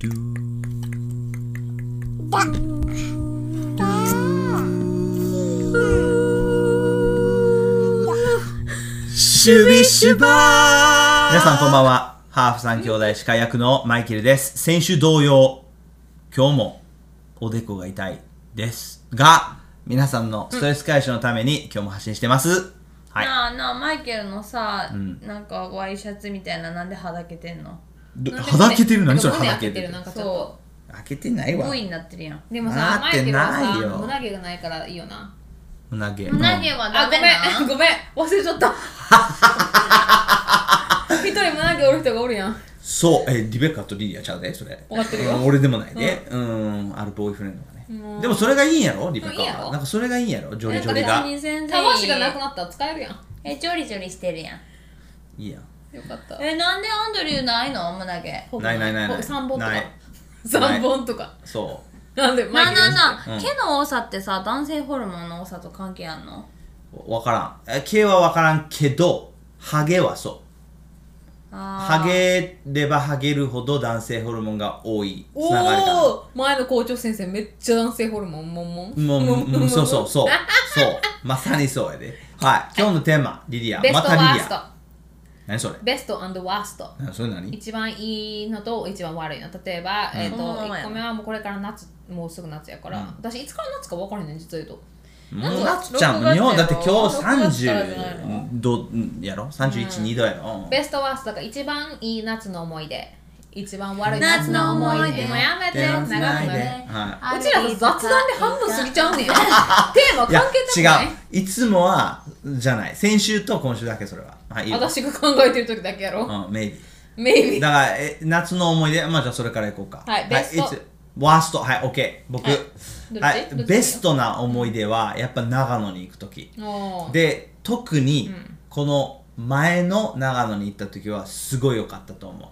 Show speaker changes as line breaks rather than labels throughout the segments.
ドゥー
だだ
シュビシュバー皆さんこんばんは。ハーフ三兄弟司会役のマイケルです。先週同様、今日もおでこが痛いですが、皆さんのストレス解消のために今日も発信してます。はい。
なあなあマイケルのさ、なんかワイシャツみたいななんではだけてんの
どはだけてる何それは
胸
だ
開
けて
けて
る
るなんかちょっ
そ
と
開けてないうわ。
V になってるやん
でも
な
さ
っ
マ
て
イケルは
ない
さ
よ
胸毛がないからいいよな
胸毛。
胸毛は
あ
ダ
ご
メな
めん ごめん忘れちゃった 一人胸毛おる人がおるやん
そう、え、リベッカとリリアちゃうで、それ。
終わってるよ
うん俺でもないで。うん、あるボーイフレンドがね。でもそれがいいんやろ、リベッカ
うんいいや
は。
ろ
なんかそれがいいんやろ、ジョリジョリ
な
が
んか。別に全然いい
魂がなくなったら使えるやん
えジョリジョリしてるやん
いいやん。
よかった
えなんでアンドリューないの胸毛
ないないないない。
3本とか
ない。
3本とか
そ
なんで
なあなあなあ、
うん
毛の多さってさ男性ホルモンの多さと関係あんの
う。わからん。え、毛はわからんけど、ハゲはそう。
あー
ハゲればハゲるほど男性ホルモンが多い
お
つながりだ。
お前の校長先生めっちゃ男性ホルモンもんもん
もう、もう、そうそうそう。そう。まさにそうやで。はい。今日のテーマ、リリア。
ベ
ま
スト
た
ワ
リ
ー
リ
スト
ア。何それ
ベストワースト
何それ何
一番いいのと一番悪いの例えば、えっと
ほんまや
1個目はもうこれから夏もうすぐ夏やから、私いつから夏か分からへんねん実は言うと
もうな
なん
っ
か
ちゃんも日本だって今日
6月からじゃない
30度やろ31、二2度やろ
ベストワーストが一番いい夏の思い出一番悪い
夏
夏
の
の
思
思
い出
い出もうやめて
で
長くな
ない
る
で
ね
は
うちら雑談で半分過ぎちゃうねんテーマ
いいや
関係
違
なくないう
いつもはじゃない先週と今週だけそれははいいいよ
私が考えてる時だけやろ、
うんメイビ
maybe
ーだからえ夏の思い出まあじゃあそれからいこうか
はいベスト
いつワーストはいオッケー僕
はいどっち
はい
どっち
ベストな思い出はやっぱ長野に行く時
おー
で特に
うん
この前の長野に行った時はすごい良かったと思う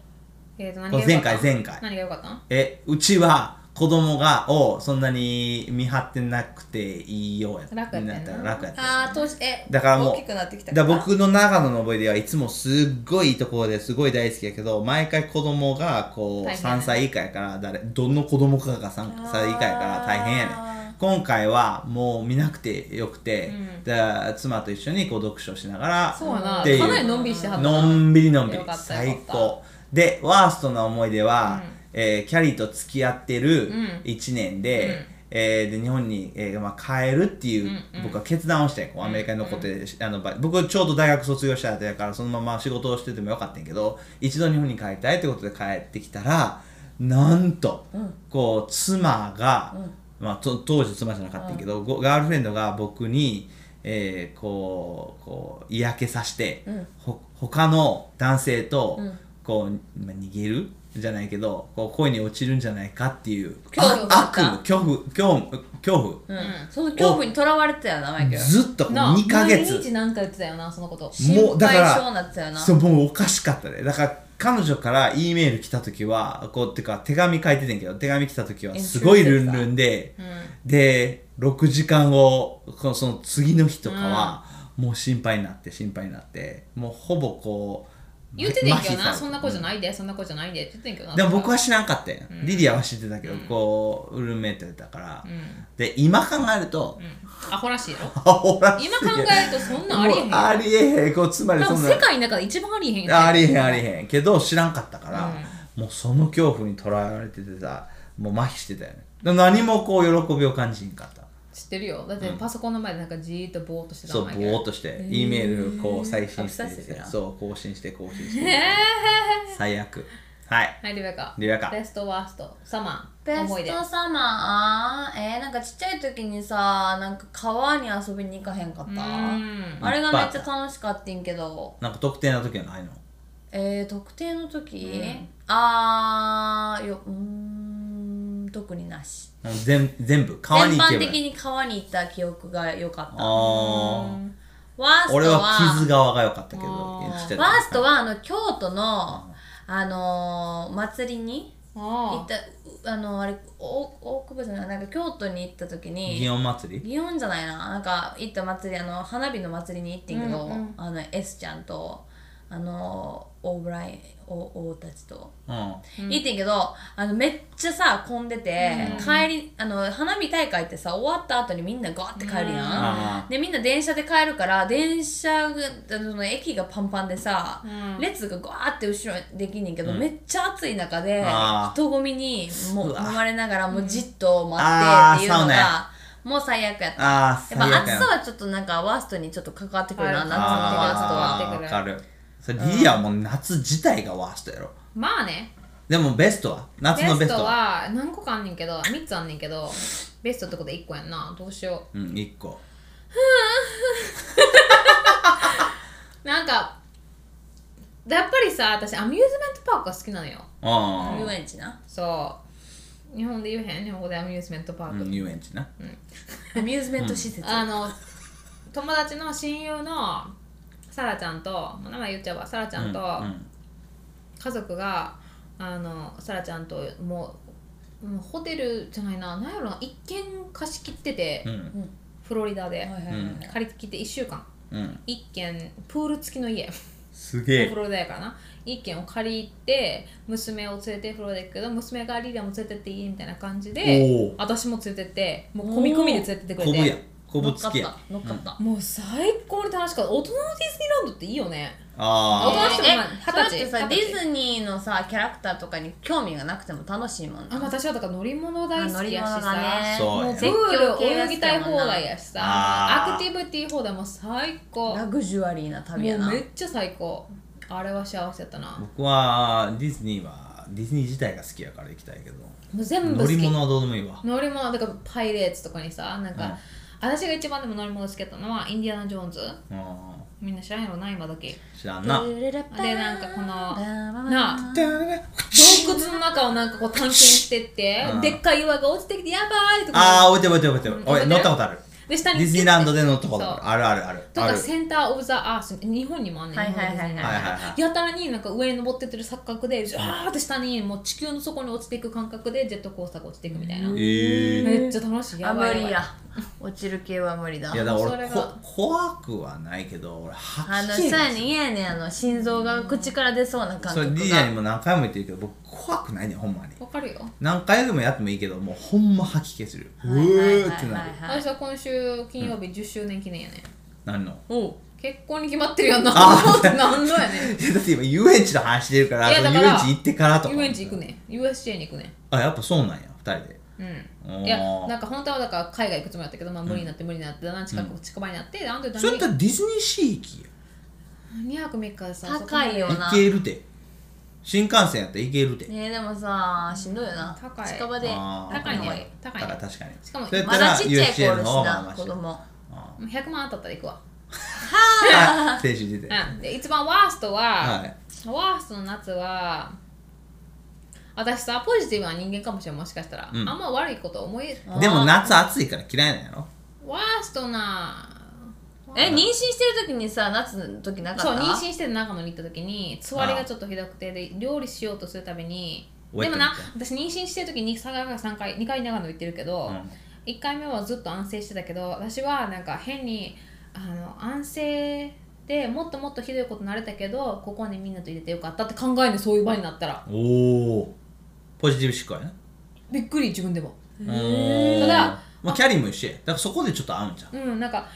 えーと何
こ
が
れ前回前回
何が良かったん
えうちは子供がをそんなに見張ってなくていいようや
楽やったよ
な
な
ら楽やった
あーとしえ
だからもう
大きくなってきた
だから僕の長野の思い出はいつもすっごいいいところですごい大好きやけど毎回子供がこう
大変やね
3歳以下やから誰どの子供かが3歳以下やから大変やね
あ
ん今回はもう見なくてよくて、
うん
だから妻と一緒にこう読書しながら
そうやな
っていう
かなりのんびりしてはったな
のんびりのんびり
よかったよ
最
かった
高でワーストな思い出は、
うん
えーキャリーと付き合ってる
うん
1年で、
うん
えーで日本に、えーまあ、帰るっていう、
うんうん
僕は決断をしてこうアメリカに残って、あのば僕ちょうど大学卒業した後やからそのまま仕事をしててもよかったんやけど一度日本に帰りたいってことで帰ってきたらなんと、こう妻が、まあ、と当時妻じゃなかったんやけど、ごガールフレンドが僕に、えーこうこう嫌気さして、ほ他の男性と、こう、まあ、逃げるじゃないけどこう恋に落ちるんじゃないかっていう
恐怖
あ悪
だ
夢
っ
恐怖恐怖恐怖、
ーうんその恐怖にとらわれてたよなマイケル
ずっとこう
なあ
2ヶ
毎日
月
なんか言ってたよなそのこと
もうだか
心配性になってたよ
ら
な
そうもうおかしかったねだから彼女から E メール来た時はこうってか手紙書いててんけど手紙来た時はすごいルンルンで、で6時間後このその次の日とかは、もう心配になって心配になってもうほぼこう
言っててんけ
麻
ど
痺さ
な
れ
そんな子じゃないで、そんな子じゃないでって言ってんけどな
でも僕は
そ
知らんかったよ、
ん
リリアは知ってたけど、こうウルメイトやったから、
れはうん
で今考えると、
アホらしいやろ
アホらしい
今考えるとそんなんありえへん
もうありえへんこうつまり
多
そ
分
んな
世界の中で一番ありえへん
ありえへんあ
り
りえへんけど知らんかったから、もうその恐怖にとらわれててさもう麻痺してたよねでも何もこう喜びを感じんかった
知ってるよだってパソコンの前でなんかじーっとぼーっとしてた
そうぼ
前から
ーっとして、E メールこう最新し
隠させて
て
な
そう更新して更新して最悪はい
はいリベカ
リベカ
ベストワーストサマ
ベ
ー
ス
思い出
トサマーえー、なんかちっちゃい時にさなんか川に遊びに行かへんかった
うん
あれがめっちゃ楽しかったんけど
なんか特定な時はないの
えー、特定の時、あーようーん特になし
全全部川
全
に行け
般
ばい
的
い
に川に行った記憶が良かったワ
あ
ース
あ
トは
俺は傷側が良かったけど
あー
ちっちゃい時
ワーストはあの京都のあのー祭りに行
あ
っ
ー
たあのあれお大久保じゃないなんか京都に行った時に
祇園祭り
祇園じゃないななんか行った祭りあの花火の祭りに行ってんけど、
うんうん
あの S ちゃんとああのオーブライン王王たちと、
うん
うん
行ってんけどあのめっちゃさ混んでて、
うん
帰りあの花火大会ってさ終わった後にみんなガーって帰るやん、
あ
でみんな電車で帰るから電車があの駅がパンパンでさ、
うん
列がガーって後ろにできんねんけど、
うん
めっちゃ暑い中で
あー
人混みにも
う
う
わ
生まれながらもうじっと待ってっていうのが、もう最悪やった。
あー
やっ
最
ぱ
悪
暑
や
さはちょっとなんかワーストにちょっと関わってくるな、
はい
夏の
あ
時
ー
は
あわ
夏の時
かるそれリリアはもう夏自体がワーストやろ
まあね
でもベストは夏のベ
ベ
ス
ス
ト
ト
は
は何個かあんねんけど3つあんねんけどベストってこと1個やんなどうしよ
うん1個
うなんかやっぱりさ私アミューズメントパークが好きなのよ
あ
ちょっと遊
あ
園地な。
そう日本で言えへん日本語でアミューズメントパーク、
うん遊園地な
アミューズメント施設。
あの友達の親友のサラちゃんともう名前言っちゃうわサラちゃんと
うんうん
家族が、あのサラちゃんともうもうホテルじゃないな何やろな一軒貸し切ってて、
うん
フロリダ
はい
で
はいはいはい
借りてきて1週間
うん
一軒プール付きの家
すげえ
フロリダやからな一軒を借りて娘を連れてフロリダ行くけど娘がリリアも連れてっていいみたいな感じ
お
で
ー
私も連れてってもう込み込みで連れてってく
こ
れ
ぶや
て
こぶつきや
乗っかった。乗っかっ
もう最高に楽しかった大人のディズニーランドっていいよね
た。
あ
大人の人
え
まあ二十
それってさ
歳
ディズニーのさキャラクターとかに興味がなくても楽しいもんな。
あ私はだから乗り物大好きやし
あ乗り物が
さ、
ね。
そう
も
や
うプ
絶
ー
叫系
ル
が好きやもんな
泳ぎたい放題やしさ
あー
アクティビティ放題も最高も
ラグジュアリーな
う
旅やな。
めっちゃ最高あれは幸せやったなも
僕はディズニーはディズニー自体が好きやから行きたいけど
う全部
乗
好き
り物はどうでもいいわ
乗り物だからパイレーツとかにさなんか、
うん
私が一番でも乗り物好きだったのはインディアナ・ジョーンズ
うん
みんな知らんやろな今時
知らんな
で
なんかこの
な
な
あ
洞窟の中をなんかこう探検してって
うん
でっかい岩が落ちてきてやばいと
あー
か
置いてる置いてる置いてる
うん
おい乗ったことある
で下
デ
に
ィズニーランドで乗った
そ
こ
う
とあるあるあるある
と
あ
か
る
センター・オブ・ザ・アース日本にもあんねん
はいはいはいはい
日本のディズニー
はいはい
ランド
はい
やたらになんか上に登ってってる錯覚でジャーって下にもう地球の底に落ちていく感覚でジェットコースターが落ちていくみたいな、
えー
めっちゃ楽しい
あ
やば
無
いやば
理
い
や。落ちる系は無理だ。
いやだから俺
それが
こ怖くはないけど俺吐
あの
き気
そうやねん嫌やねんあの心臓が口から出そうな感
それ
覚
リー
が
アに。も何回も言ってるけど僕怖くないねんほんまに
わかるよ
何回でもやってもいいけどもうほんま吐き気するう
はいはいはい
ーってなる
はいはい
私は今週金曜日10周年記念やね、
何の
おう
結婚に決まってるやんな
あ
思って なんのやねん
いやだって今遊園地の話してるから
いやだから
遊園地行ってから とか
遊園地行くね USJ に行くね
あやっぱそうなんや2人で
うん
おー
いやなんか本当はだから海外行くつもりだったけど、まあ、無理になって無理になってだな近く、
うん
近場になってあんた
それやったらディズニーシー行き
2泊3日でさ
高いよ
や
な
行けるて新幹線やったら行けるて
ねえでもさしんどいよな。
高い
近場で
あー
高いね
のが
高い
だから確かに
しかも
それやっ
ま
た
だ
ら
ちっちゃい
USJ
頃
の
し
方がま
な
あ
子供。
あ
そこ100万当たったら行くわ、
あ青春出て
うん、で一番ワーストは、
はい
ワーストの夏は私さポジティブな人間かもしれんもしかしたら、
うん
あんま悪いこと思い
あー
でも夏暑いから嫌いなんやろ
ワーストな
え妊娠してる時にさ夏の時なかった
そう妊娠して長野に行った時につわりがちょっとひどくてで料理しようとするために
おえ
で
っと
もな
みたい
私妊娠してる時に佐賀が3回2回長野行ってるけど、
うん
1回目はずっと安静してたけど私はなんか変にあの安静でもっともっとひどいことになれたけどここにみんなと入れてよかったって考えねそういう場になったら
おおポジティブ思考や
びっくり自分でも
なおー
ただ
まあキャリーも一緒やだからそこでちょっと合うんじゃん
うんなんか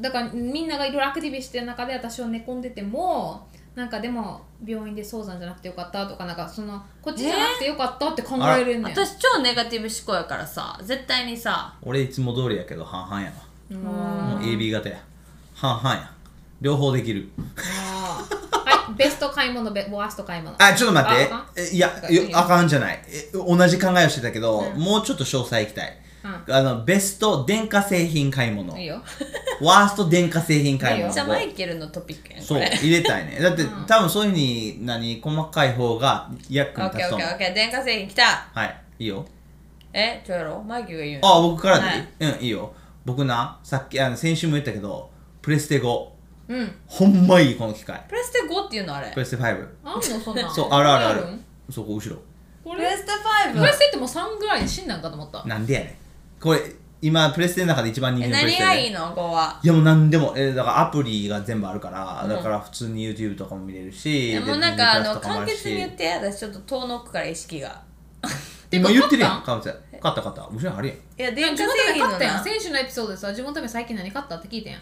だからみんながいろいろアクティビしてる中で私を寝込んでてもなんかでも病院で早産じゃなくてよかったとかなんかそのこっちじゃなくてよかったって考えれんねん、
私超ネガティブ思考やからさ絶対にさ
俺いつも通りやけど半々や
うん
な
は
もう AB 型や半々や両方できる
いベスト買い物ベワースト買い物
あ、ちょっと待って
ああ。
えいや
あ、
よ
いいよ
あかんじゃない。え同じ考えをしてたけど、もうちょっと詳細いきたい。
う
あの、ベスト電化製品買い物
い。いよ
ワースト電化製品買い
いい
物
よ。
じゃあマイケルのトピックやんこ
そう、
れ
入れたい ね。だって、
うん
多分そういうふうに、何、細かい方が役
オ
に
ッ
立
ケ
つ
ー
と
オッ
思
ケ
う
ーオ。ッケー電化製品きた
はい、いいよ。
えちょやろマイケルが言うの
あ、僕からでいい、
はい
うん、いいよ。僕な、さっき、あの先週も言ったけど、プレステ5。
うん
ほんまいい、この機械。
プレステ5っていうのあれ
プレステ5。
あんのそんなん
そう、あるある
こ
あ
れ
る
ん。
そこ、後ろ。
こ
プ
れ
レステ5
プレステってもう3ぐらいに死んだんかと思った
なんでやねん。これ、今プレステの中で一番人気
え
のプレ
何
ステ
が
で
いいの語はい
やもう何でも、えーだからアプリが全部あるから、だから普通に YouTube とかも見れるし
えもうなん
で
かあ
Disney+
の
とかも
簡
るし
潔に言って私ちょっと遠のくから意識が
今言ってるやん
て
買うて買った買った後ろにあるやん
いや
自
電
分
化製
ため
品
買
の
ったや
なん
先週のエピソードでさ自分ため最近何買ったって聞いてんや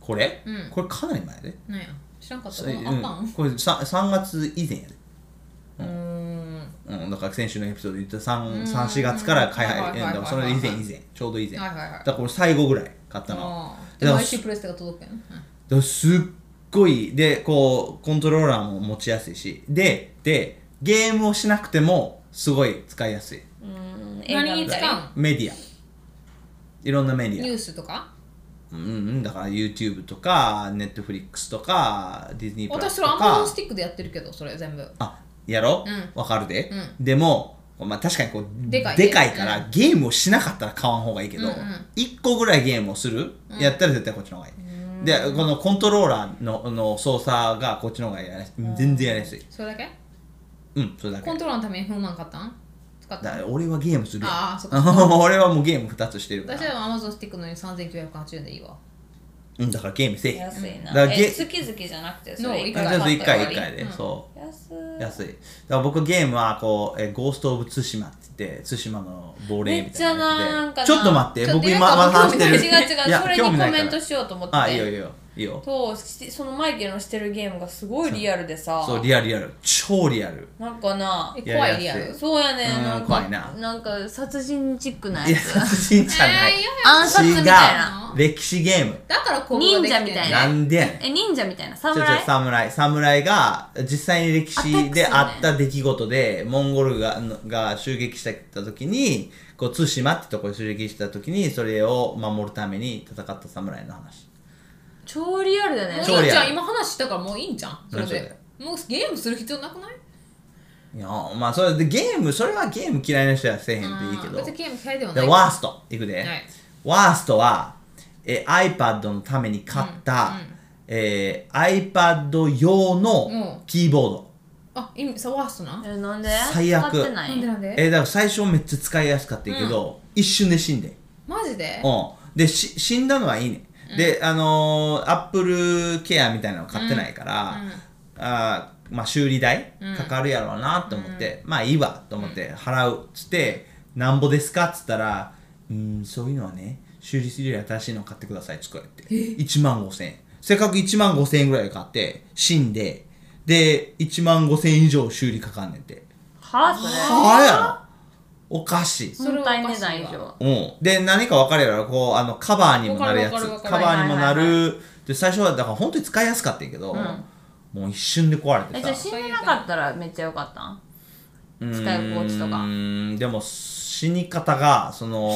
これ、
うん
これかなり前やで
なんや知らんかった
そ
こ
うん
なんあったん
これ 3, 3月以前やで、
うーん
うん、だから先週のエピソードで言った
う
3
ん
4月から開
はい
発
はい
え
はいはい
だからそれ以前以前ちょうど以前、
はいはいはい
だからこれ最後ぐらい買ったの
あー
だ
で
から
毎週プレステが届くんやん
だからすっごいでこうコントローラーも持ちやすいしででゲームをしなくてもすごい使いやすい
うん映画
何に
みたい
使うん
メディアいろんなメデ
ニ
ィ
ュ
ア
ースとか
うんうんだから YouTube とか Netflix とか Disney プラ
私
ス
そ
と
れアマゾンス
か
ティックでやってるけどそれ全部
あやろ
う
わかるで
う
でもまあ確かにこう
でかい
からゲームをしなかったら買わん方がいいけど
うんうん
1個ぐらいゲームをするやったら絶対こっちの方がいいでこのコントローラーのの操作がこっちの方がやりやすい全然やりやすい
それだけ
うんそれだけ
コントローラーのためにフーマン買ったん使った
だか
ん
ら俺はゲームするよ
あ ーそっ
俺はもうゲーム2つしてるか
私
ら
はアマゾンスティックのに3980円でいいわ
うんだからゲームせえ
な
へん
安い
だから
な
げ
え月々じゃなくてそ
の
れ
一
あ
回
ちょっと
買
1
ったら
回1回で、
うん
そ
安
う
い
安いだから僕ゲームはこう、えーゴースト・オブ・ツシマって言って対馬の亡霊みたい
め
な
っちゃなんか
やつでちょ
な
っと待って
ちょっと
僕今ま
なん
だ
か
話してる
興
違う
味
違う
いや
それに
興
コ
味ないか
メ
ら
ントしようと思って
あいいよいいよいいよ
としそのマイケルのしてるゲームがすごいリアルでさ
そうリアルリアル超リアル
なんかな
え
いや
怖いリアル
安い
そうやね
うん
なんか
怖いな
なんか殺人チックないや
や
つ
殺人じゃない、
えー嫌や
暗殺みたいな
な
違う歴史ゲーム
だからここができてんの
忍者みたい
なんでやねん
え忍者みたいな
ちょ
侍
ちょ侍侍が実際に歴史で
あ
あっ
った
出来事で、モンゴルがが襲撃してきた時にこう対馬ってとこに襲撃した時にそれを守るために戦った侍の話
超リアルだね
超
もういいじゃん今話したからもういいんじゃんそれでもうゲームする必要なくない
いやまあそれでゲームそれはゲーム嫌いな人はせえへんっていいけ
うん
ど
別にゲーム嫌いでは
で
ない
ワーストいくで、
はい
ワーストはえ iPad のために買った、
うんうん
えー iPad 用
うん
のキーボード、
あ今さワーストな
えなんで
最悪
使ってな
なんで
い
なんで
えーだから最初めっちゃ使いやすかったけど、一瞬で死んでん
マジで
うん、でし死んだのはいいね、であのーアップルケアみたいなの買ってないから、あーまあ、修理代
うん
かかるやろうなと思って、まあいいわと思って払うっつって、なんぼですかっつったらうんそういうのはね修理するより新しいの買ってくださいっつって1万5000円せっかく1万5000円ぐらいで買って死んでで1万5000円以上修理かかんねんて
はあそれ
はあやろおかしい
それは
本
おかしい
体
わ
値段以上
うん、で何か分かるやろこうあのカバーにもなるや
わ
つ
かるわかる
カ
わか
バー
る
にもなる、
はいは
で最初はだから本当に使いやすかったんやけど、もう一瞬で壊れ
え
て
じゃあ
さ
死んでなかったらめっちゃ良かったん使い心地と
う
か
ーんでも死に方がその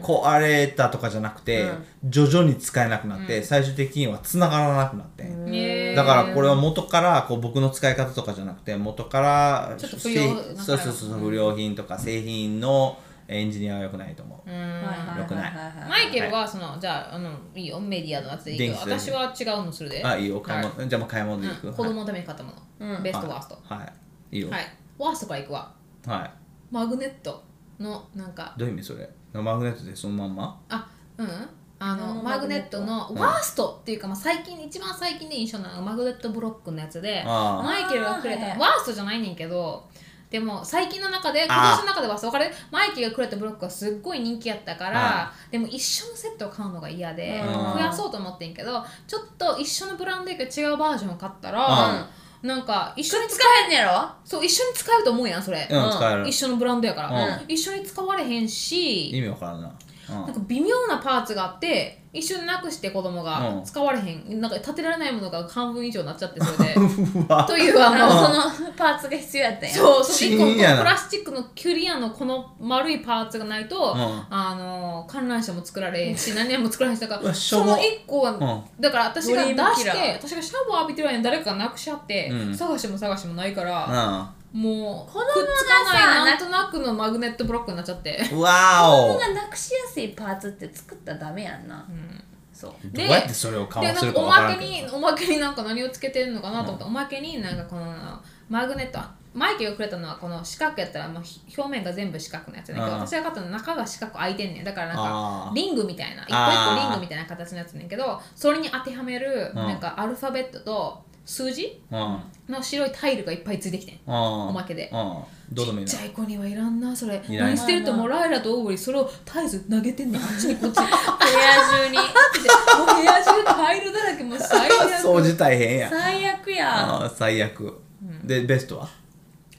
こ壊れたとかじゃなくて、徐々に使えなくなって、最終的には繋がらなくなって、
へー
だからこれは元からこう僕の使い方とかじゃなくて元から
ちょっと不良
せい
な
そうそうそう不良品とか製品のエンジニアは良くないと思う、
うん
はいはいはいはい
良くない
マイケルはそのじゃああのいいよメディアのやつでいいけど
電気です
私は違うのするで
あ
はい
いよ買い物、じゃあもう買い物で行く、
うん子供のために買ったものベストワースト
はい。いいよ。
はいワーストからいくわ
は
マグネットのなんか
い。どういう意味それマグネットでそのまんま
あうんあの
うん
マグネットのワーストっていうか、まあ、最近一番最近で印象なのがマグネットブロックのやつで
あー
マイケルがくれた
あー
ワーストじゃないねんけどでも最近の中で今
あー
年の中ではそうかるマイケルがくれたブロックがすっごい人気やったから
は
でも一緒のセットを買うのが嫌で
うん
増やそうと思ってんけどちょっと一緒のブランドやけど違うバージョンを買ったら
あ
なんか一緒に使
使えんねやろ
そう一緒に使えると思うやんそれ
うん、使える
一。緒のブランドやから
う
一緒に使われへんし
意味わからんな。
なん
う
か微妙なパーツがあって一緒になくして子供
う
が
ん
使われへん、なんか立てられないものが半分以上になっちゃってそれで
ん。 うわ。
というあのその
そのパーツが必要やったんや
そうそう一個
死因やな
プラスチックのキュリアのこの丸いパーツがないと、
うん
あの観覧車も作られへ んし何年も作られへんしだか
う
ら
わしょ
そ
ぼ
の一個は、
う
だから私が
ド
出
リー
し
ム
て
キラー
私がシャワー浴びてる間に誰かがなくしちゃって、
うん
探しても探してもないから、
う
もう
供が
くっつかない
さ
なんとなくのマグネットブロックになっちゃって。
ん。わ
子供
お。
がなくしやすいパーツって作ったらダメやんな、そう
どうやってそれを
で
買
な
わせ
ん
る
か
か
お
わから
ま
ん
け
け
に
ど。
おまけになんか何をつけてるのかなと思って、おまけになんかこのマグネットマイケルがくれたのはこの四角やったらもうひ表面が全部四角のやつやねんけど
あー
私が買ったのは中が四角空いてんねんだからなんか
あー
リングみたいな一個
あー
一個リングみたいな形のやつやねんけどそれに当てはめる
ん
なんかアルファベットと数字
うん
の白いタイルがいっぱいついてきてん
お
おまけで
うんどうでもいいな
ちっちゃい子にはいらんなそれ
いらん
何してるともうライラとオーブリーそれを絶えず投げて んねんあっちにこっちにも
中に
う部屋中タイルだらけもう最
掃
悪
除大変や
最悪や
あー最悪でベストは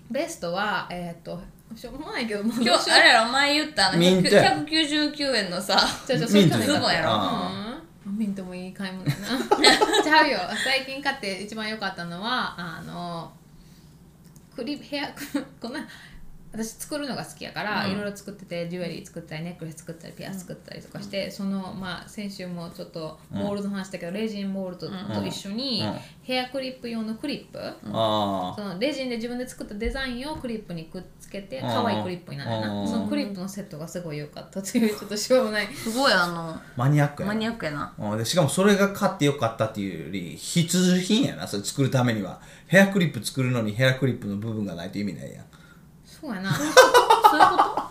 ベストはえーっとしょうもないけどもう
今日あれやろ前言ったあの
ミントや
199円のさ
ちょちょ
ミント
それ去年買った
ズボンやろ
あ
うんミントもいい買い物やな ちゃうよ最近買って一番良かったのはあのクリヘア こんな私作るのが好きやから、
うん
いろいろ作っててジュエリー作ったりネックレス作ったりピアス作ったりとかして、そのまあ先週もちょっとボールの話したけど、レジンボールと,、と一緒に、
うん
ヘアクリップ用のクリップ、
あ
そのレジンで自分で作ったデザインをクリップにくっつけ
う
て
ん
可愛いクリップになるよ
う
なんそのクリップのセットがすごい良かったというちょっとしょうもない
すごいあの
マニアックや
マ
な
ニアックやな
うんでしかもそれが買ってよかったっていうより必需品やなそれ作るためにはヘアクリップ作るのにヘアクリップの部分がないと意味ないやん
そうやなそういうこと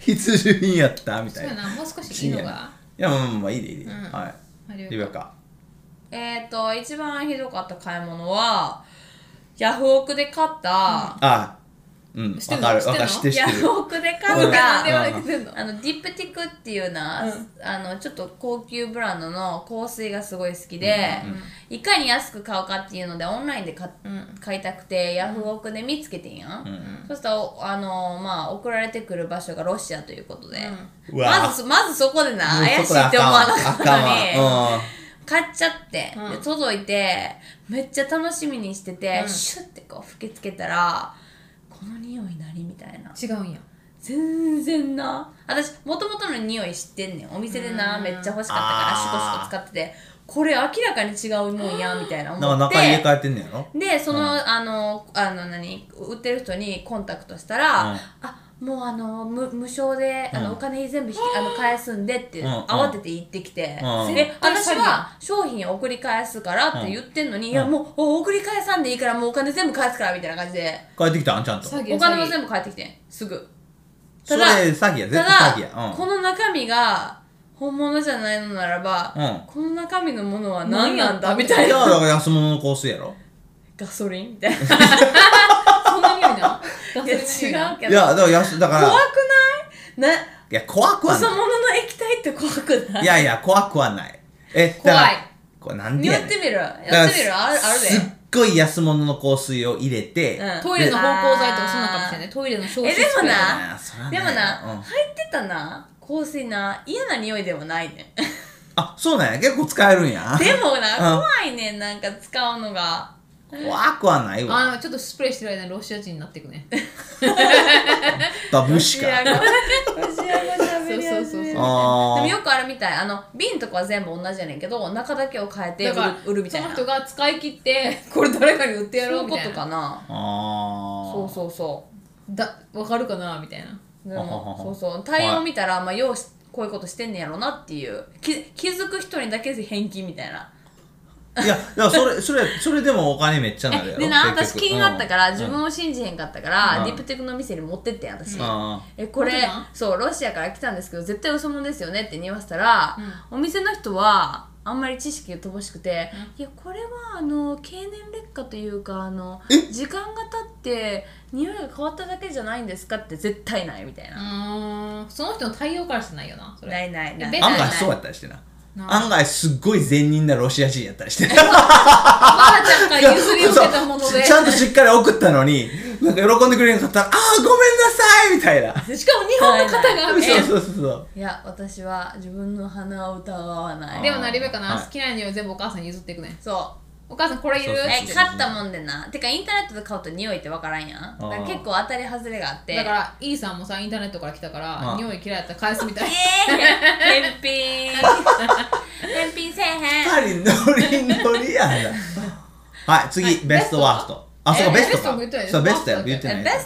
必需品やったみた
そう
い
や
な
な、もう少しいいのが
いやまあまあまあいいでいいで、
うん
は
ある
い
よ
リベカ
えっ、と一番ひどかった買い物はヤフオクで買った、
ああうん
知って
わ
んの
かるわかる
知
知
っ
ってて
ん
る知
ヤ
ってる
フオクで買
なん
っ
で
た、
言われてんの
あのディプティクっていうな、あのちょっと高級ブランドの香水がすごい好きで、いかに安く買うかっていうのでオンラインで買,、
うん
買いたくてヤフオクで見つけてんやん、
ん
そしたらおあの、まあ、送られてくる場所がロシアということで、
うんうわ
まずそまずそこでな
うん
怪し
そこら
いって思わなかっ
あか
た
ん
の
わ
に。
あかんわ
買っちゃって、
うん
で届いてめっちゃ楽しみにしてて、シュッてこう吹きつけたらこの匂い何みたいな
違うんや
全然な私もともとの匂い知ってんねんお店でなめっちゃ欲しかったからシュコシュコ使っててこれ明らかに違うもんやみたいな
うん
思
なんか
っ
中入れ
て
替えてんねやろ
でその、あのあの何売ってる人にコンタクトしたら、
うん
あもうあの無無償であ
う
の、
ん
お金全部引きあの返すんでって、
うんうん
慌てて言ってきて、
うん
で
絶対
私
詐欺や
は商品を送り返すからって言ってんのに、いや
うん
もうお送り返さんでいいからもうお金全部返すからみたいな感じで
帰ってきたんちゃんと
詐欺や
お金も
詐欺
全部返ってきてんすぐ
そ
た
れ
だ
詐欺や絶対
た
詐
だ
欺や
この中身が本物じゃないのならば、
うん
この中身のものは何なんだ
何
みた
うん
い
いや
な
だから安物の香水やろ
ガソリンみたいな
そんな匂いな
いや違うけ
い
ど
やだから安だから
怖くないない
や怖くは
嘘
ない
物の液体って怖くない
いやいや、怖くはない。え、だから、これなんで
や
や
っ
ね
て
ん。
みるや
だから
ってみるあるある
すっごい安物の香水を入れて、
うん
トイレの芳香剤とかそんなのかもしれないトイレの消
えでもな
あーそら
ででも
いわ
な、
うん
入ってたな香水な嫌な匂いでもないね
あ、そうなんや。結構使えるんや。
でもな
うん
怖いねんなんか使うのが
怖くはないわ。
あちょっとスプレーしてる間にロシア人になっていくね
バブシ
ロ
カ。
シア語喋り始める
そうそうそう
で
そう
あ
も
ー
よくあるみたいあの瓶とかは全部同じやねんけど中だけを変えて売
だ
る
から
売るみたいな
その人が使い切ってこれ誰かに売ってや
そう
ろ
いうう
み
こ
たい
と
な
かな
あー。
そうそうそ
だわかるかなみたいな
うで
あはは
も
は
そうそう対応見たら、まあ、ようしこういうことしてんねやろなっていう気気づく人にだけ返金みたいない
や、だからそれ、それ、それでもお金めっちゃなるや
え
ろ。
でな
結
私
局
気になったから、
うん
自分を信じへんかったから、
うん
ディプティクの店に持ってってん私、
あ
えこれ
本当なん
そうロシアから来たんですけど絶対嘘物ですよねって言わせたら、お店の人はあんまり知識が乏しくて、いやこれはあの経年劣化というかあの時間が経って匂いが変わっただけじゃないんですかって絶対ないみたいうな、
ーんその人の対応からしてないよなそれ
ないないない
ベ
ー
タ
案
やな
外そうやったりしてな。
な
案外すっごい善人なロシア人やったりして。
ばあちゃんから譲り受けたもの
そう
で
ちちゃんとしっかり送ったのに、なんか喜んでくれなかったら、ああ、ごめんなさいみたいな。
しかも日本の方が
そうそうそうそう。
いや私は自分の鼻を疑わな
あ
い
でもなリベカな、
はい
好きな匂い全部お母さんに譲っていくね
そう
お母さんこれいる
そうそう
え買ったもんでなてかインターネットで買うと匂いって分からんやんだから結構当たり外れがあって
だからイーさんもさインターネットから来たから
あ
匂い嫌いだったら返すみたいな
えー、返 品返品せえへん
パリノリノリやな。はい、次、
はい
ベストワースト。あ、そうか、
え
ベスト
ベストも
か
言ってない。でしょ
そう、ベストや、
ワー
言っ
ス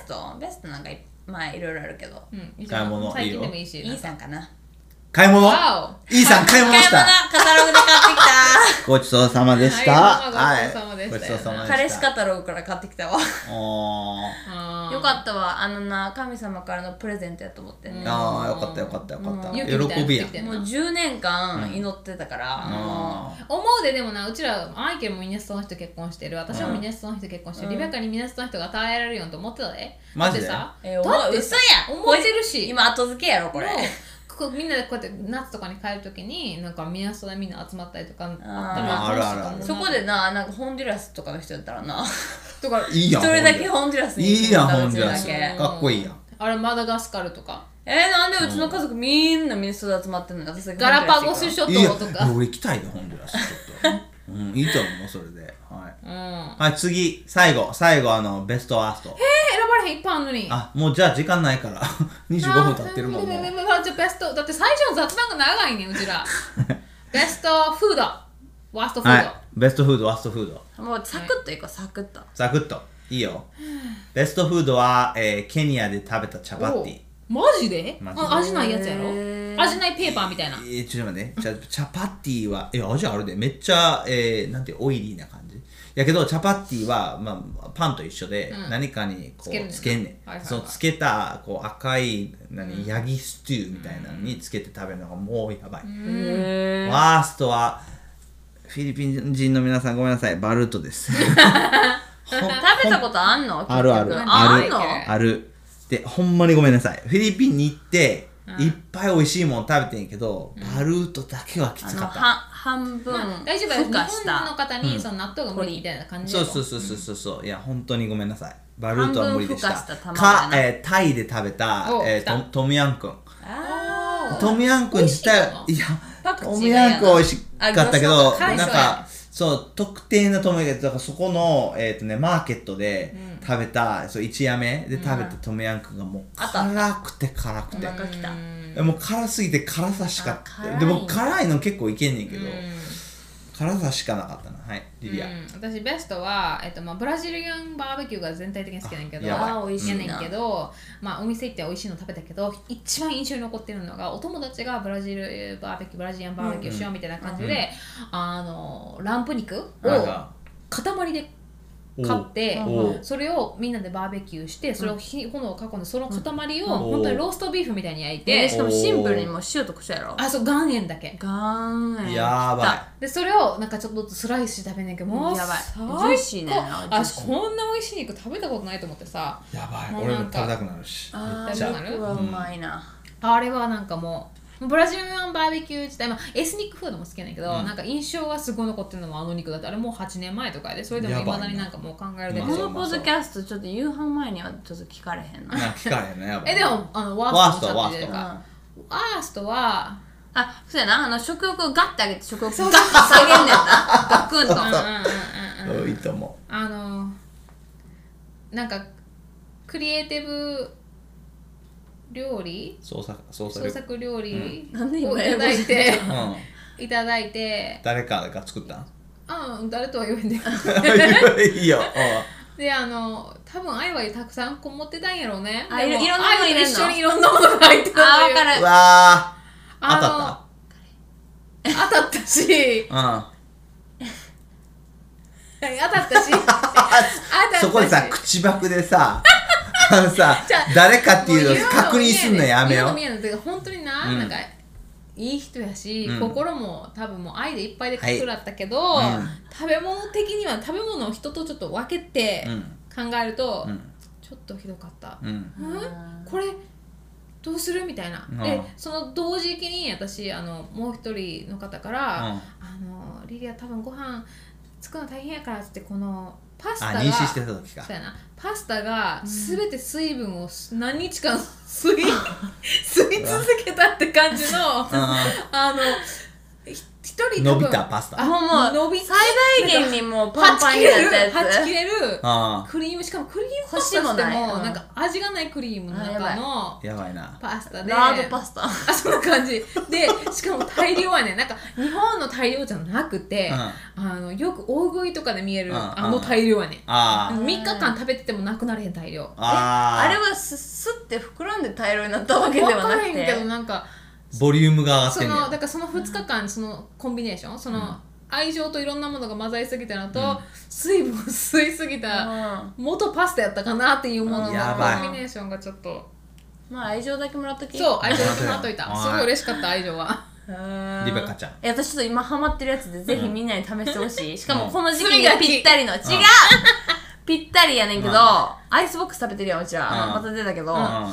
ト
て
だ
ない
えベ。ストベストなんかいまあいろいろあるけど
うんいいじ
買
ゃ
い
ん
物
最近でもいいし
いいさんかな
買い物
わお
イーさん買い
買い
物
物
し
カ
た。
タログで買ってき
ごちそうさまでした。
はいどうもごちそうさ
ごちそうさ
までした
ま
た
でした。
彼氏カタログから買ってきたわ
おー
あ
かったわあのな神様からのプレゼントやと思ってね、
うん
ああよかったよかったよかった、
うん
勇気みたいな
喜びやん
してきて
もう10年間祈ってたから、も
あ
思うででもなうちらアイケルもミネストの人結婚してる私もミネストの人結婚してる、
うん
リベカにミネストの人が与えられるようにと思ってたで
マジで
だってさ
うえーお前
だって
嘘
さ
や
思ってるし
今後付けやろこれ
もうこうみんなでこうやって夏とかに帰る時になんかミネストでみんな集まったりとかあった
あー
ら楽しいかもな
あるある
そこでななんかホンデュラスとかの人やったらな
とか
ーいいや
一
ん
人だけ
ほん
ホンデュラス
でいいやん
行
ほ
っ
ん
た
で
うちだけ
ん
かっこいいやん
あれマダガスカルとか
えー、なんでうちの家族みんなミネストで集まってんのに私だけ
ガラパゴス
し
諸
いいや
島とか
俺行きたいよホンジュラスちょっと、うん、いいと思うそれではい
うんえ
はい次最後最後あのベストアースト
選ばれへんいっぱいあんのに
あもうじゃあ時間ないから 25分経ってるもんもう
ね。じゃあベストだって最初の雑談が長いねうちら。ベストフード、ワーストフー
はい
ド。
ベストフードワーストフード
もうサクッといこうサクッと
ザクッといいよベストフードは、えーケニアで食べたチャパティ
おマジで？
マジで
あ味ないやつやろ
へー？
味ないペーパーみたいな。
えー、ちょっと待って、チャチャパティは、いや、味あるで、めっちゃ、えー、なんていうオイリーな感じ。やけど、チャパティは、まあ、パンと一緒で、
うん
何かにこ
つける
う
ね
つけんねん。
はいはいはい
そのつけたこう赤い、何、ヤギスチューみたいなのにつけて食べるのがもうやばい。
へ
ワーストは、フィリピン人の皆さんごめんなさい、バルート です。ほん
食べたことあんの
あるある
結局
ある
んの
あるでほんまにごめんなさいフィリピンに行って、
うん
いっぱい美味しいもん食べてんけど、バルートだけはき
あ
つ
の
か
は
った
半分
まあ大丈夫だよ。
孵
日
化し
本の
た
方にその納豆が無理みたいな感じ。
そうそううそうそうそうそういや本当にごめんなさいバルートは無理でした
半分孵化した卵
か
やな、
えータイで食べた
お、
え
来
ー、
た
トトムヤンクン
あ
あ
トムヤンクン自体
美
いや
パクチ
ト
ーが
ムヤンクン美味しかったけ
あ魚
ど
醤
か
なん
海
かそう特定のトムヤンクンだからそこの、えーとね、マーケットで食べた、そう一夜目で食べたトムヤンクンがもう
あった
辛くて辛く
お
て、
腹きた
えもう辛すぎて辛さしか
あ辛いの
でも辛いの結構いけんねんけ
う
ど、
ん
辛さしかなかったなはいリリア、
うん私ベストは、えっとまあ、ブラジリアンバーベキューが全体的に好きなんやけど
あやばい
あー美味しい
うん
ねんけど、まあ、お店行って美味しいの食べたけど一番印象に残ってるのがお友達がブラジルバーベキューブラジリアンバーベキューしようみたいな感じで、
うんう
あのランプ肉を
なんか
塊で
おう
買って
おう
それをみんなでバーベキューしてそれを火炎を囲んでその塊を
ん
本当にローストビーフみたいに焼い
で
て、
しかもシンプルにもう塩と胡椒やろ
あそう岩塩だけ
ガーン
やば
でそれをなんかちょっとずつスライスして食べんねんけどもう
やばい
最
ジューシーね
高
ジュー
あ
シー
こんな美味しい肉食べたことないと思ってさ
いやばい
もう
俺も
なん
食べ
か
たくなるし
あ
めっち
ー
ゃ
も
ー肉はうまいな
あれはなんかもうブラジルのバーベキュー自体、まあ、エスニックフードも好きなんやけど、
うん
なんか印象がすごい残ってるのもあの肉だってあれもう8年前とかやでそれでも
や
い
ばい
ま
な
だになんかもう考え
う
るだけ
ま
で
そ
このポッドキャストちょっと夕飯前にはちょっと聞かれへんな
なんか聞かれへんねやばい
えでもあのワーストのっていう
ワ
かワーストは
あ、そうやな、あの食欲をガッて上げて食欲をガッて下げんねんな。ガクンと。
うんうんうんうんうん
うんいいと思
あのなんかクリエイティブ料理
う創作創作
創作料理
なんで
を
今
い
英
た
語
だいて
うん
いただいて
誰かが作ったん
うん誰とは言わ んで
いいよ
であの多分愛はたくさんこもってたんやろうね
あ
でも
いろいろんなもの
愛と
入れんの
一緒にいろんなものが入ってた
あ
と
ー、
い
わ
う
か
うんう
る。
わ
あの
あ
当たったし
ー うん
当たったし当たったし
そこでさ口ばくでさあのさ
じゃあ
誰かって
も
いう
言
の
う
を確認すんのやめよ
見えないてか本当にな、
うん
なんかいい人やし、
うん
心も多分もう愛でいっぱいで
はい
作らったけど、
うん
食べ物的には食べ物を人とちょっと分けて
う
考えると、
うん
ちょっとひどかった、
うん
んこれどうするみたいな、
うん
でその同時期に私あのもう一人の方から、
うん
あのリリア多分ご飯作るの大変やからっつってこのパス
あ
タが
妊娠してた時か
そうやなパスタが全て水分をす何日間吸い 吸い続けたって感じの
うんうん
あのひ一人多
伸
分
びたパスタ
あ
あ
もうもう
伸び
最大限にもうパンパンになったやつ。
はち切れるはち切れる
あ
クリームしかもクリームパスタって
欲しいも
も
んないうん
なんか味がないクリームの
あやば
中
い
の
やばいな
パスタで
ラードパスタ。
あそんな感じでしかも大量はねなんか日本の大量じゃなくて、
うん
あのよく大食いとかで見える、
うん
あの大量はね、
あ
三
ー
3日間食べててもなくなれへん大量
あー
あれはすすって膨らんで大量になったわけで
分
は
か
な
ら
く
へん
て。
けどなんか
ボリュームが上がっ
そ
てんね
の
や
だからその2日間そのコンビネーションその、
うん
愛情といろんなものが混ざりすぎたのと、水分を吸いすぎた
ま
元パスタやったかなっていうもののコンビ
やばい
ネーションがちょっと
あ愛情だけもらっとき
そう愛情がなっといた
はい
すごい嬉しかった愛情は
うーん
リベカちゃん
え私ちょっと今ハマってるやつでぜひみんなに試してほしいしか
う
も
ん
この時期
炭
に
焼き
ぴったりの違うぴったりやねんけど
うん
アイスボックス食べてるやんうちら
うん
また出たけどア
うん
イ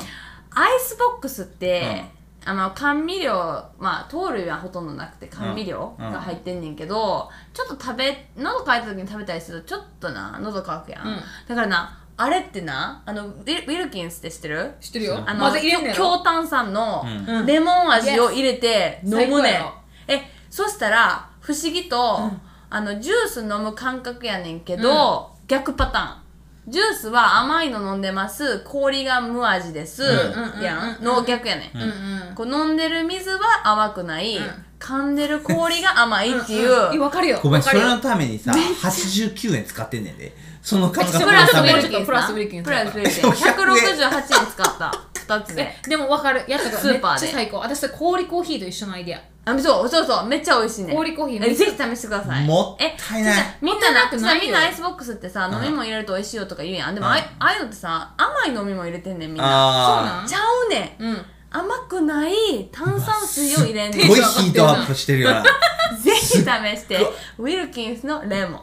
スボックスってあの甘味料まあ糖類はほとんどなくて甘味料
うん
が入ってんねんけどちょっと食べ喉乾いた時に食べたりするとちょっとな喉乾くや
うん
んだからなあれってなあのウィウィルキンスって知ってる
知ってるよ
あの、
混ぜ入れんねやろ
強炭酸の
うん
レモン味を入れて
うん
飲むね
最高
ん
やろ。
え、そしたら、不思議と、あの、ジュース飲む感覚やねんけど、逆パターン。ジュースは甘いの飲んでます、氷が無味です、
う
や、
うんんうんうんうん
の逆やね
うん
ん。
うん
こう飲んでる水は甘くない、
うん
噛んでる氷が甘いっていう、
んわかるよ
ごめん、
わか
そ
る
れ
よ
のためにさ、89円使ってんねんで。その感覚
え
の
プラス
ため
ウィ
に
ル。キンス
プラスウィルキンスな
プ
プ
ラ
ラ
ス
ウ
スウ
ィ
ィ
ル
ル
キ
キ
ンス
ンス。168円使った。2つで
え。でもわかるやったから
スーパーで
めっちゃ最高私それ氷コーヒーと一緒のアイディア
あ、そう、そうそう、めっちゃ美味しいね。
氷コーヒーめっ
え
ち
ぜ
ゃ
ひ試してください。
も
え
ったいない
ちょっとみんな
もったいなく
な、
ないよ
みんなアイスボックスってさ、
うん
飲み物入れると美味しいよとか言うやん。で
う
も
ん
あい、ああいうのってさ、甘い飲み物入れてんねん、みんな。
あ
ー
ちゃうねん。
うん
甘くない炭酸水を入れん
ー。
ね
す
ん。ぜ
ごいヒートアップしてるよな。
ひ試して、ウィルキンスのレモン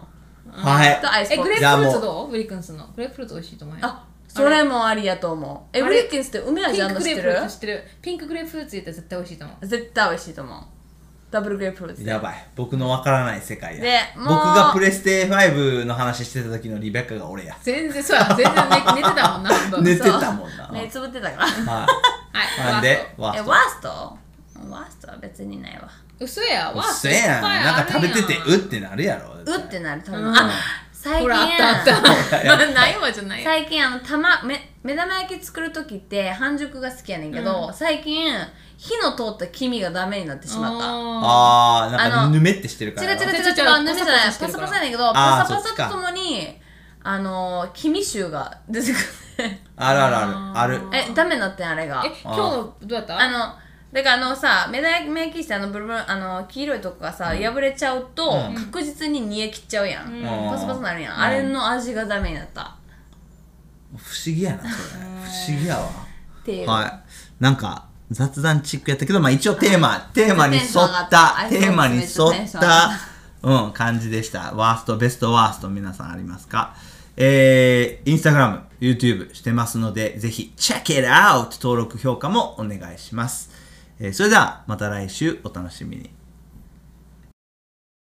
はい。
とアイス
え
ボック
グレ
ス。
じゃあ
ープフルー
もう
ツどうウィルキンスのグレープフルーツ美味しいと思うよ
あ、それもありやと思う。え、
あ
ウ
れ
ィルキンスって梅
ピ
味あ
ン
んの
クグ
知って
レープフル
る
ーツ知ってるピンクグレープフルーツ入れたら絶対美味しいと思う
絶対美味しいと思う。ダブルグレープフルーツ。
やばい。僕のわからない世界や
で。も
僕
う
がプレステ5の話してた時のリベッカが俺や。
全然そうや全然寝寝てたも んなほとんど
寝て
そう
たもんな。
目つぶってたから。
は
はい
い。なんで、ワー
え、
ス
ワ
ト。
ーストワーストは別にないわ。
嘘や
う
わ
っせえやん。なんか食べてて、う
う
ってなるやろ。
うってなる多分、
うん
あ最
ほ
近
らあったあ ったないわじゃない
最近あの玉め目玉焼き作る時って半熟が好きやねんけど、最近火の通った黄身がダメになってしまった
あ
あー、な
あ
んか
の
ぬめってしてるか
違う
ら
違
やろ。
う違う違う
ちょちょちょ
ぬめじゃない
パサパサして
パ
る
サパ
から
サやねんけど
あー
パサパ
そっちか
サとともにあの黄身臭が出てくる ね
あるあるある。ある。
えダメになってんあれが
ーえ今日のどうやった
あのだからあのさ目玉焼きしてあのブルブルあの黄色いとこがさ、破れちゃうと、
うん
確実に煮え切っちゃうやん、
うん
うん
パサパサなるやん、
うん
あれの味がダメになった
不思議やな、それ。不思議やわ。
っていう、
はい。なんか、雑談チックやったけど、まあ一応テーマ、テーマに沿った、テー
テンション上が
マ
った
に沿
iPhone めっ
っ
ちゃテンション上が
た、うん、感じでした。ワースト、ベストワースト、皆さんありますかえー、インスタグラム、YouTube してますので、ぜひ、check it out! 登録、評価もお願いします。えーそれでは、また来週お楽しみに。